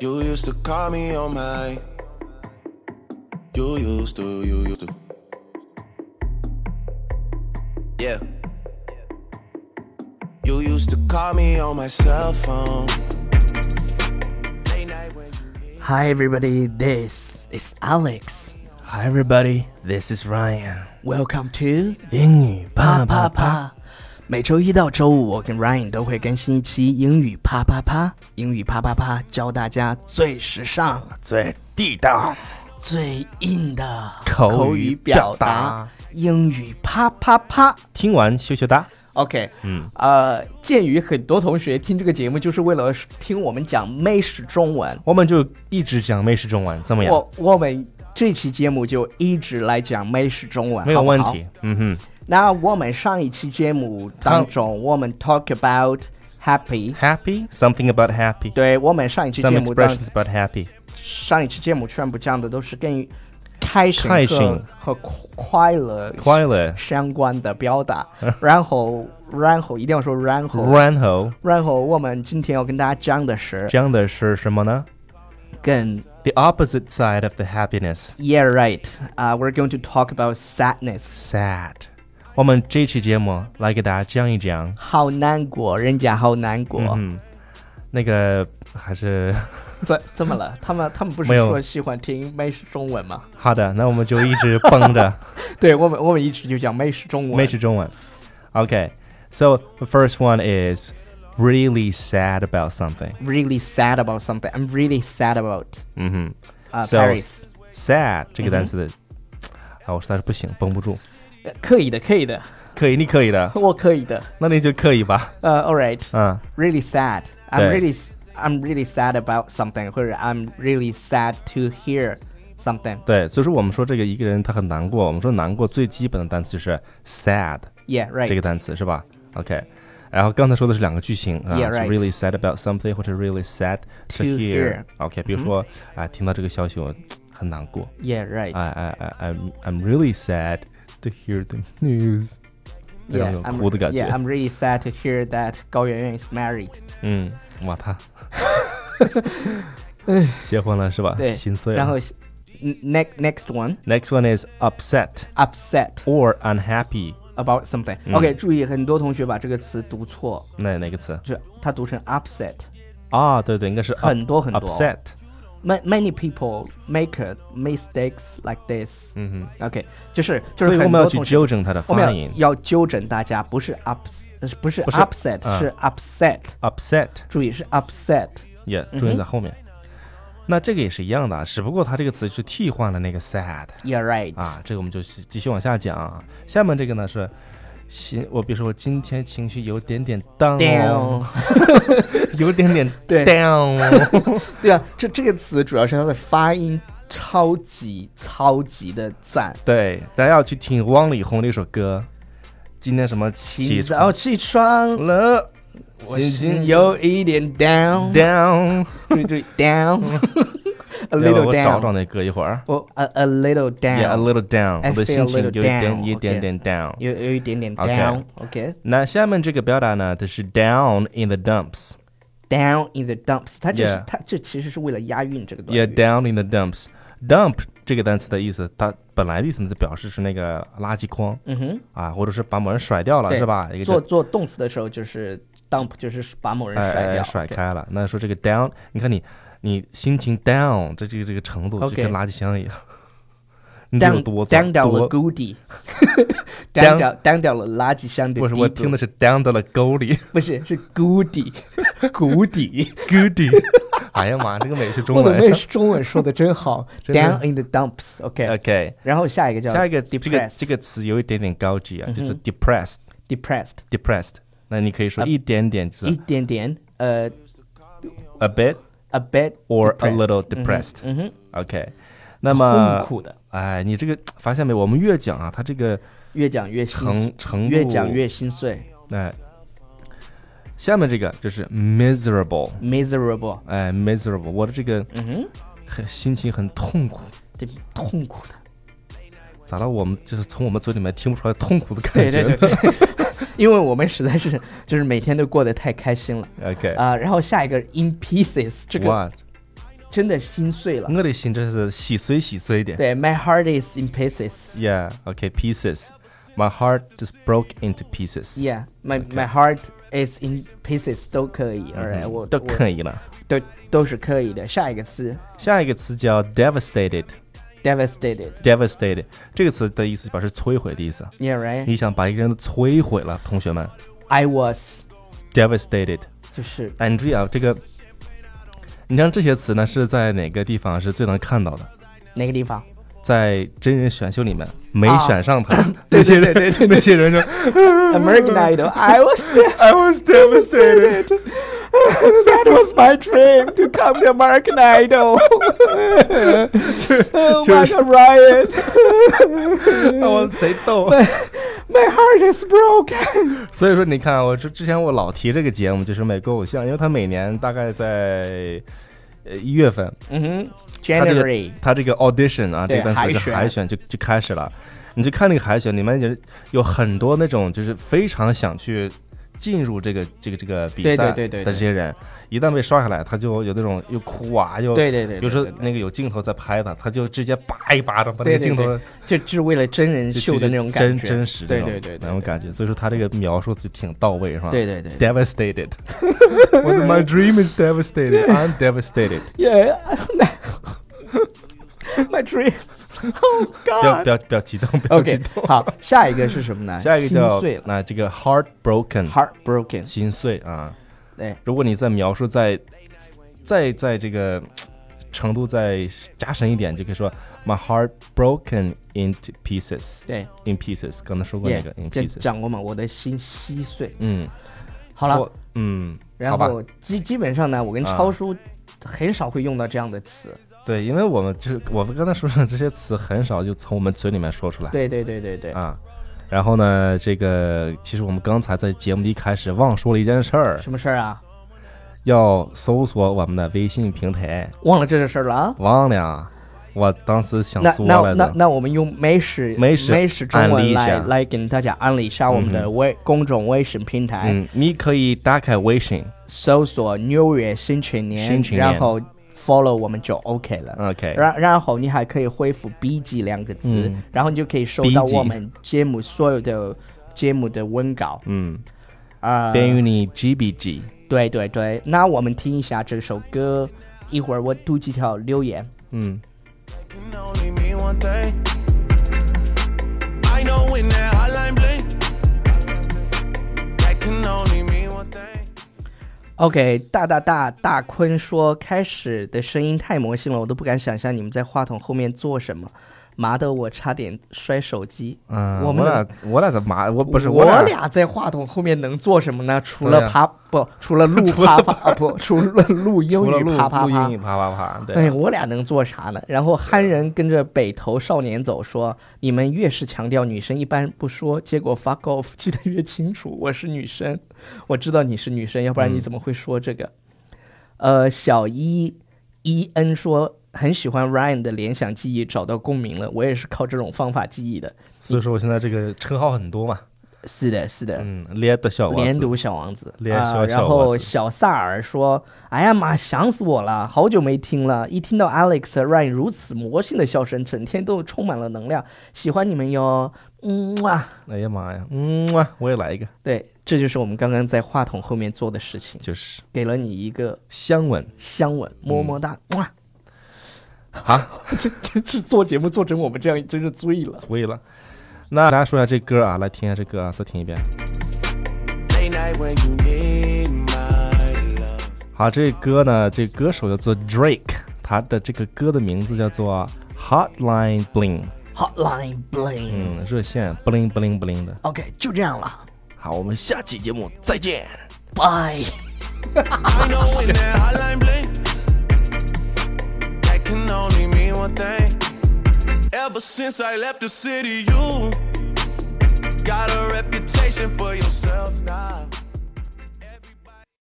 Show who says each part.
Speaker 1: You used to call me on my. You used to, you used to. Yeah. You used to call me on my cell phone. Late night when you
Speaker 2: Hi, everybody. This is Alex.
Speaker 3: Hi everybody, this is Ryan.
Speaker 2: Welcome to
Speaker 3: 英语
Speaker 2: 啪
Speaker 3: 啪
Speaker 2: 啪
Speaker 3: 啪啪。
Speaker 2: 啪。每周一到周五，我跟 Ryan 都会更新一期英语啪啪啪。英语啪啪啪，教大家最时尚、
Speaker 3: 最地道
Speaker 2: 最硬的
Speaker 3: 口语
Speaker 2: 语表
Speaker 3: 表达
Speaker 2: 英语啪啪啪。
Speaker 3: 听完羞羞哒。
Speaker 2: OK，
Speaker 3: 嗯，
Speaker 2: 呃，鉴于很多同学听这个节目就是为了听我们讲美式中文，
Speaker 3: 我们就一直讲美式中文，怎么样？
Speaker 2: 我我们这期节目就一直来讲美式中文，
Speaker 3: 没有
Speaker 2: 好不好
Speaker 3: 问题。嗯
Speaker 2: 那我们上一期节目当中，我们 talk about happy，
Speaker 3: 哼，happy something about happy。
Speaker 2: 对我们上一期节
Speaker 3: ，some
Speaker 2: 目当
Speaker 3: expressions about happy。
Speaker 2: 上一期节目全部讲的都是跟于开心和
Speaker 3: 开心
Speaker 2: 和快乐
Speaker 3: 快乐，
Speaker 2: 相关的表达，然后然后一定要说然后。
Speaker 3: 然后
Speaker 2: 然后我们今天要跟大家讲的是
Speaker 3: 讲的是什么呢
Speaker 2: 跟
Speaker 3: ？The opposite side of the happiness,
Speaker 2: Yeah right 啊、w e r e going to talk about sadness，
Speaker 3: sad。我们这期节目来给大家讲一讲，
Speaker 2: 好难过，人家好难过。
Speaker 3: 嗯，那个还是
Speaker 2: 怎怎么了？他们他们不是
Speaker 3: 没有
Speaker 2: 说喜欢听美式中文吗？
Speaker 3: 好的，那我们就一直绷着。
Speaker 2: 对我们，我们一直就讲美式中文。
Speaker 3: 美式中文。Okay, so the first one is really sad about something.
Speaker 2: really sad about something. I'm really sad about
Speaker 3: 嗯哼
Speaker 2: uh,
Speaker 3: So-
Speaker 2: Paris.
Speaker 3: ，sad 这个单词的，啊，我实在是不行，绷不住。
Speaker 2: 呃可以的，可以的，
Speaker 3: 可以，你可以的，
Speaker 2: 我可以的。
Speaker 3: 那你就可以吧。
Speaker 2: 呃、a l l right.
Speaker 3: 嗯
Speaker 2: Really sad. I'm
Speaker 3: 对
Speaker 2: really s- I'm really sad about something，或者 I'm really sad to hear something.
Speaker 3: 对，所以说我们说这个一个人他很难过，我们说难过最基本的单词就是 sad
Speaker 2: Yeah,
Speaker 3: 这
Speaker 2: right.
Speaker 3: 个单词是吧？OK。然后刚才说的是两个句型啊
Speaker 2: Yeah,
Speaker 3: 是
Speaker 2: right.
Speaker 3: really sad about something 或者 really sad
Speaker 2: To
Speaker 3: to
Speaker 2: hear
Speaker 3: hear。OK，比如说啊，听到这个消息我很难过，
Speaker 2: Yeah, right.
Speaker 3: I, I, I, I'm, I'm really sad to hear the news. 那
Speaker 2: yeah,
Speaker 3: 种
Speaker 2: I'm,
Speaker 3: 哭的感
Speaker 2: yeah,
Speaker 3: 觉。
Speaker 2: I'm really sad to hear that Gao Yuanyuan is married.
Speaker 3: 嗯，哇， 他结婚了是吧？
Speaker 2: 对
Speaker 3: 心碎
Speaker 2: 然后
Speaker 3: 了。
Speaker 2: n- next next one
Speaker 3: Next one is upset
Speaker 2: upset
Speaker 3: or unhappy。
Speaker 2: about something.
Speaker 3: Mm.
Speaker 2: OK，、注意，很多同学把这个词读错，
Speaker 3: 那哪个词？
Speaker 2: 就它读成 upset。
Speaker 3: 啊，对对，应该是 up,
Speaker 2: 很多很多
Speaker 3: upset。
Speaker 2: Ma- many people make uh, mistakes like this。
Speaker 3: 嗯
Speaker 2: OK，就是就
Speaker 3: 哼，所
Speaker 2: 是
Speaker 3: 以我
Speaker 2: 很
Speaker 3: 们
Speaker 2: 多
Speaker 3: 要去
Speaker 2: 同学，
Speaker 3: 纠正它的
Speaker 2: 我
Speaker 3: 发
Speaker 2: 们
Speaker 3: 音
Speaker 2: 要。要纠正大家，不是 ups，呃不是
Speaker 3: 不是
Speaker 2: upset，
Speaker 3: 嗯
Speaker 2: 是 upset。
Speaker 3: upset
Speaker 2: 注意是 upset。
Speaker 3: 也
Speaker 2: 嗯
Speaker 3: 重音在后面。那这个也是一样的啊，只不过它这个词是替换了那个 sad。
Speaker 2: You're right。
Speaker 3: 啊，这个我们就继继续往下讲啊。下面这个呢是心，我比如说我今天情绪有点点 down，, 哦
Speaker 2: Down，
Speaker 3: 有点点
Speaker 2: 对
Speaker 3: down，哦
Speaker 2: 对啊，这这个词主要是它的发音超级超级的赞。
Speaker 3: 对，大家要去听汪丽宏的一首歌，今天什么起
Speaker 2: 早起床
Speaker 3: 了，
Speaker 2: 我
Speaker 3: 心
Speaker 2: 心
Speaker 3: 情
Speaker 2: 有一点 down，
Speaker 3: down，
Speaker 2: 注意注意 down，a little
Speaker 3: 我找找
Speaker 2: down，
Speaker 3: 那歌一会儿。啊
Speaker 2: 我 a a little
Speaker 3: Yeah, a
Speaker 2: down，
Speaker 3: little down，
Speaker 2: I
Speaker 3: 我的
Speaker 2: feel a
Speaker 3: 心情
Speaker 2: little
Speaker 3: 有一点
Speaker 2: down，
Speaker 3: 一点
Speaker 2: okay
Speaker 3: 点 down。
Speaker 2: 有有一点点
Speaker 3: OK
Speaker 2: down。OK。
Speaker 3: 那下面这个表达呢，就是 down in the dumps。
Speaker 2: down in the dumps，它这是
Speaker 3: Yeah.
Speaker 2: 它这其实是为了押韵这个短
Speaker 3: Yeah,
Speaker 2: 语。
Speaker 3: down in the dumps. Dump 这个单词的意思，它本来的意思呢，表示是那个垃圾筐，嗯
Speaker 2: 哼，
Speaker 3: 啊，或者是把某人甩掉了，
Speaker 2: 对
Speaker 3: 是吧？一个
Speaker 2: 做
Speaker 3: 叫
Speaker 2: 做动词的时候就是 dump，就是把某人
Speaker 3: 哎
Speaker 2: 甩
Speaker 3: 哎
Speaker 2: 掉。
Speaker 3: 甩
Speaker 2: OK
Speaker 3: 开了。那说这个 down，你看你你心情 down，这这个这个程度
Speaker 2: OK
Speaker 3: 就跟垃圾箱一样，你得有
Speaker 2: down
Speaker 3: 多
Speaker 2: down 掉了
Speaker 3: 多？
Speaker 2: 谷 底
Speaker 3: Down-
Speaker 2: ，down 掉 down 掉了垃圾箱的
Speaker 3: 不是，我
Speaker 2: 地步
Speaker 3: 听的是 down 到了沟 里，
Speaker 2: 不是是谷 底谷底。
Speaker 3: 沟底。哎呀妈，这个美是中
Speaker 2: 我的
Speaker 3: 文
Speaker 2: 美。式中文说的真好
Speaker 3: 真的
Speaker 2: ，down in the dumps，OK。
Speaker 3: OK，
Speaker 2: 然后下一个叫
Speaker 3: 下一个这个
Speaker 2: depressed 嗯
Speaker 3: 这个词有一点点高级啊，就是 depressed
Speaker 2: depressed
Speaker 3: depressed。那你可以说一点点，就是
Speaker 2: 啊一点点呃
Speaker 3: a bit。
Speaker 2: a bit
Speaker 3: or a
Speaker 2: depressed
Speaker 3: little depressed、
Speaker 2: 嗯哼，
Speaker 3: OK，那
Speaker 2: 痛
Speaker 3: 么
Speaker 2: 苦的，
Speaker 3: 哎，你这个发现没？我们越讲啊，它这个
Speaker 2: 越讲越心
Speaker 3: 程程
Speaker 2: 嗯
Speaker 3: 度
Speaker 2: 越讲越心碎
Speaker 3: 哎。下面这个就是 miserable，
Speaker 2: ，miserable。
Speaker 3: 哎，miserable，我的这个
Speaker 2: 嗯哼，
Speaker 3: 很心情很痛苦。
Speaker 2: 这痛苦的，
Speaker 3: 咋了？我们就是从我们嘴里面听不出来痛苦的感
Speaker 2: 对
Speaker 3: 觉。
Speaker 2: 对对对， 因为我们实在是就是每天都过得太开心了 啊
Speaker 3: OK，
Speaker 2: 啊、然后下一个 in pieces 这个
Speaker 3: 哇，
Speaker 2: 真的心碎了。
Speaker 3: 我的心真是稀碎稀碎的。
Speaker 2: 对，My heart is in pieces.
Speaker 3: Yeah, OK, pieces. My heart just broke into pieces.
Speaker 2: Yeah, my my heart is in pieces 都可以。a l right，我
Speaker 3: 嗯都可
Speaker 2: 以，
Speaker 3: 以了。
Speaker 2: 都都是可以的。下一个词
Speaker 3: 下一个词叫 devastated。
Speaker 2: ，devastated.
Speaker 3: devastated 这个词的意思表示摧毁的意思。
Speaker 2: Yeah, right.
Speaker 3: 你想把一个人都摧毁了，同学们
Speaker 2: I was
Speaker 3: ，devastated。
Speaker 2: 就是
Speaker 3: 哎，你注意啊，这个，你像这些词呢，是在哪个地方是最能看到的？
Speaker 2: 哪个地方？
Speaker 3: 在真人选秀里面没
Speaker 2: 啊
Speaker 3: 选上他，那些人，哦 对对那些人就
Speaker 2: American Idol. I was there.
Speaker 3: I was devastated。
Speaker 2: That was my dream to come to American Idol. oh,
Speaker 3: 就
Speaker 2: my
Speaker 3: 是
Speaker 2: Ryan,
Speaker 3: 我贼逗。
Speaker 2: my heart is broken.
Speaker 3: 所以说，你看啊，我之之前我老提这个节目，就是美国偶像，因为他每年大概在呃一月份，
Speaker 2: 嗯哼
Speaker 3: 他这个
Speaker 2: ，January
Speaker 3: 他这个 audition 啊，这
Speaker 2: 对
Speaker 3: 个单词
Speaker 2: 海
Speaker 3: 是
Speaker 2: 选
Speaker 3: 海选就就开始了。你去看那个海选，里面就是有很多那种就是非常想去进入这个这个这个比
Speaker 2: 对对
Speaker 3: 赛
Speaker 2: 对
Speaker 3: 的
Speaker 2: 对对
Speaker 3: 这些人，一旦被刷下来，他就有那种又哭啊，又
Speaker 2: 对对对对
Speaker 3: 有时候
Speaker 2: 对对
Speaker 3: 那个有镜头在拍他，他就直接叭一巴掌把那
Speaker 2: 对
Speaker 3: 个
Speaker 2: 对
Speaker 3: 镜头
Speaker 2: 对就就是为了真人
Speaker 3: 就
Speaker 2: 秀的那种感
Speaker 3: 真
Speaker 2: 觉，
Speaker 3: 真实那
Speaker 2: 对
Speaker 3: 种
Speaker 2: 对对对
Speaker 3: 那种感觉，所以说他这个描述就挺到位，是吧？
Speaker 2: 对对对。对
Speaker 3: devastated. When my dream is devastated, I'm devastated.
Speaker 2: Yeah, my dream. Oh
Speaker 3: 不要
Speaker 2: God.
Speaker 3: 不要不要激动，不要激
Speaker 2: OK，
Speaker 3: 动。
Speaker 2: 好，下一个是什么呢？
Speaker 3: 下一个叫
Speaker 2: 心碎了
Speaker 3: 那这个 heartbroken，
Speaker 2: ，heartbroken。
Speaker 3: 心碎啊。
Speaker 2: 对，
Speaker 3: 如果你在描述在在在这个程度再加深一点，就可以说 my heart broken into pieces。
Speaker 2: 对
Speaker 3: ，in pieces，刚才说过那个 in
Speaker 2: ，yeah，这
Speaker 3: pieces。
Speaker 2: 讲过嘛？我的心稀碎。
Speaker 3: 嗯，
Speaker 2: 好了，
Speaker 3: 我，嗯，
Speaker 2: 然
Speaker 3: 好吧
Speaker 2: 后基基本上呢，我跟
Speaker 3: 啊
Speaker 2: 超叔很少会用到这样的词。
Speaker 3: 对，因为我们就是我们刚才说的这些词很少就从我们嘴里面说出来。
Speaker 2: 对对对对对，
Speaker 3: 啊。然后呢，这个其实我们刚才在节目的一开始忘说了一件事儿，
Speaker 2: 什么事儿啊？
Speaker 3: 要搜索我们的微信平台，
Speaker 2: 忘了这件事儿了啊？
Speaker 3: 忘了啊，我当时想
Speaker 2: 那
Speaker 3: 说
Speaker 2: 那
Speaker 3: 来
Speaker 2: 那
Speaker 3: 着，
Speaker 2: 那我们用美史
Speaker 3: 美史
Speaker 2: 美史中
Speaker 3: 安利
Speaker 2: 文
Speaker 3: 一
Speaker 2: 来
Speaker 3: 下
Speaker 2: 来给大家安利一下我们的微公众微信平台。
Speaker 3: 嗯，你可以打开微信
Speaker 2: 搜索“纽约新青年”，
Speaker 3: 新青年嗯
Speaker 2: 然后 follow 我们就 OK 了。
Speaker 3: ，OK，
Speaker 2: 然然后你还可以恢复 BG 两个字，
Speaker 3: 嗯
Speaker 2: 然后你就可以收到
Speaker 3: BG
Speaker 2: 我们节目所有的节目的文稿
Speaker 3: 嗯，
Speaker 2: 啊。
Speaker 3: 便于你 GBG，
Speaker 2: 对对对，那我们听一下这首歌，一会儿我读几条留言。
Speaker 3: 嗯，
Speaker 1: Can only mean one thing. I know when that hotline bling, that can only mean one thing.
Speaker 2: OK，大大大大坤说，开始的声音太魔性了，我都不敢想象你们在话筒后面做什么，麻得我差点摔手机。
Speaker 3: 啊
Speaker 2: 我
Speaker 3: 我
Speaker 2: 们的
Speaker 3: 俩我俩怎么麻我不是
Speaker 2: 我
Speaker 3: 俩
Speaker 2: 俩在话筒后面能做什么呢？除
Speaker 3: 对啊
Speaker 2: 了
Speaker 3: 呀
Speaker 2: 爬不，除了录啪啪 啊不，除了录英
Speaker 3: 除了
Speaker 2: 语
Speaker 3: 录
Speaker 2: 啪啪
Speaker 3: 录英
Speaker 2: 啪
Speaker 3: 语。啪啪啪，
Speaker 2: 哎，
Speaker 3: 对，啊
Speaker 2: 我俩能做啥呢？然后憨人跟着北头少年走说：“你们越是强调女生一般不说，结果 fuck off 记得越清楚。我是女生，我知道你是女生，要不然你怎么会说这个？”呃，小一伊恩说很喜欢 Ryan 的联想记忆，找到共鸣了。我也是靠这种方法记忆的。
Speaker 3: 所以说我现在这个称号很多嘛，
Speaker 2: 是的，是的，
Speaker 3: 嗯，连的小王
Speaker 2: 连
Speaker 3: 子，
Speaker 2: 读小王子，
Speaker 3: 连
Speaker 2: 啊
Speaker 3: 小
Speaker 2: 然
Speaker 3: 小
Speaker 2: 后
Speaker 3: 王子
Speaker 2: 小萨尔说：“哎呀妈，想死我了，好久没听了。一听到 Alex Ryan 如此魔性的笑声，整天都充满了能量，喜欢你们哟，嗯啊。
Speaker 3: 哎呀妈呀，嗯啊，我也来一个，”
Speaker 2: 对，这就是我们刚刚在话筒后面做的事情，
Speaker 3: 就是
Speaker 2: 给了你一个
Speaker 3: 香吻，
Speaker 2: 香吻，么
Speaker 3: 嗯
Speaker 2: 么哒， 哇！
Speaker 3: 好。
Speaker 2: 这这这啊做节目做成我们这样，真是醉了。
Speaker 3: 所以了。那大家说一下这歌啊，来听一下这歌啊，再听一遍。
Speaker 1: Late night when you need my love.
Speaker 3: 好，这歌呢，这歌手叫做 Drake，他的这个歌的名字叫做 Hotline Bling，
Speaker 2: Hotline Bling，OK，、
Speaker 3: 嗯，热线 bling bling bling 的。
Speaker 2: OK，就这样了，
Speaker 3: 好，我们下期节目再见。
Speaker 2: 拜。
Speaker 1: I know when that hotline bling, that can only mean one thing. Ever since I left the city, you got a reputation for yourself now.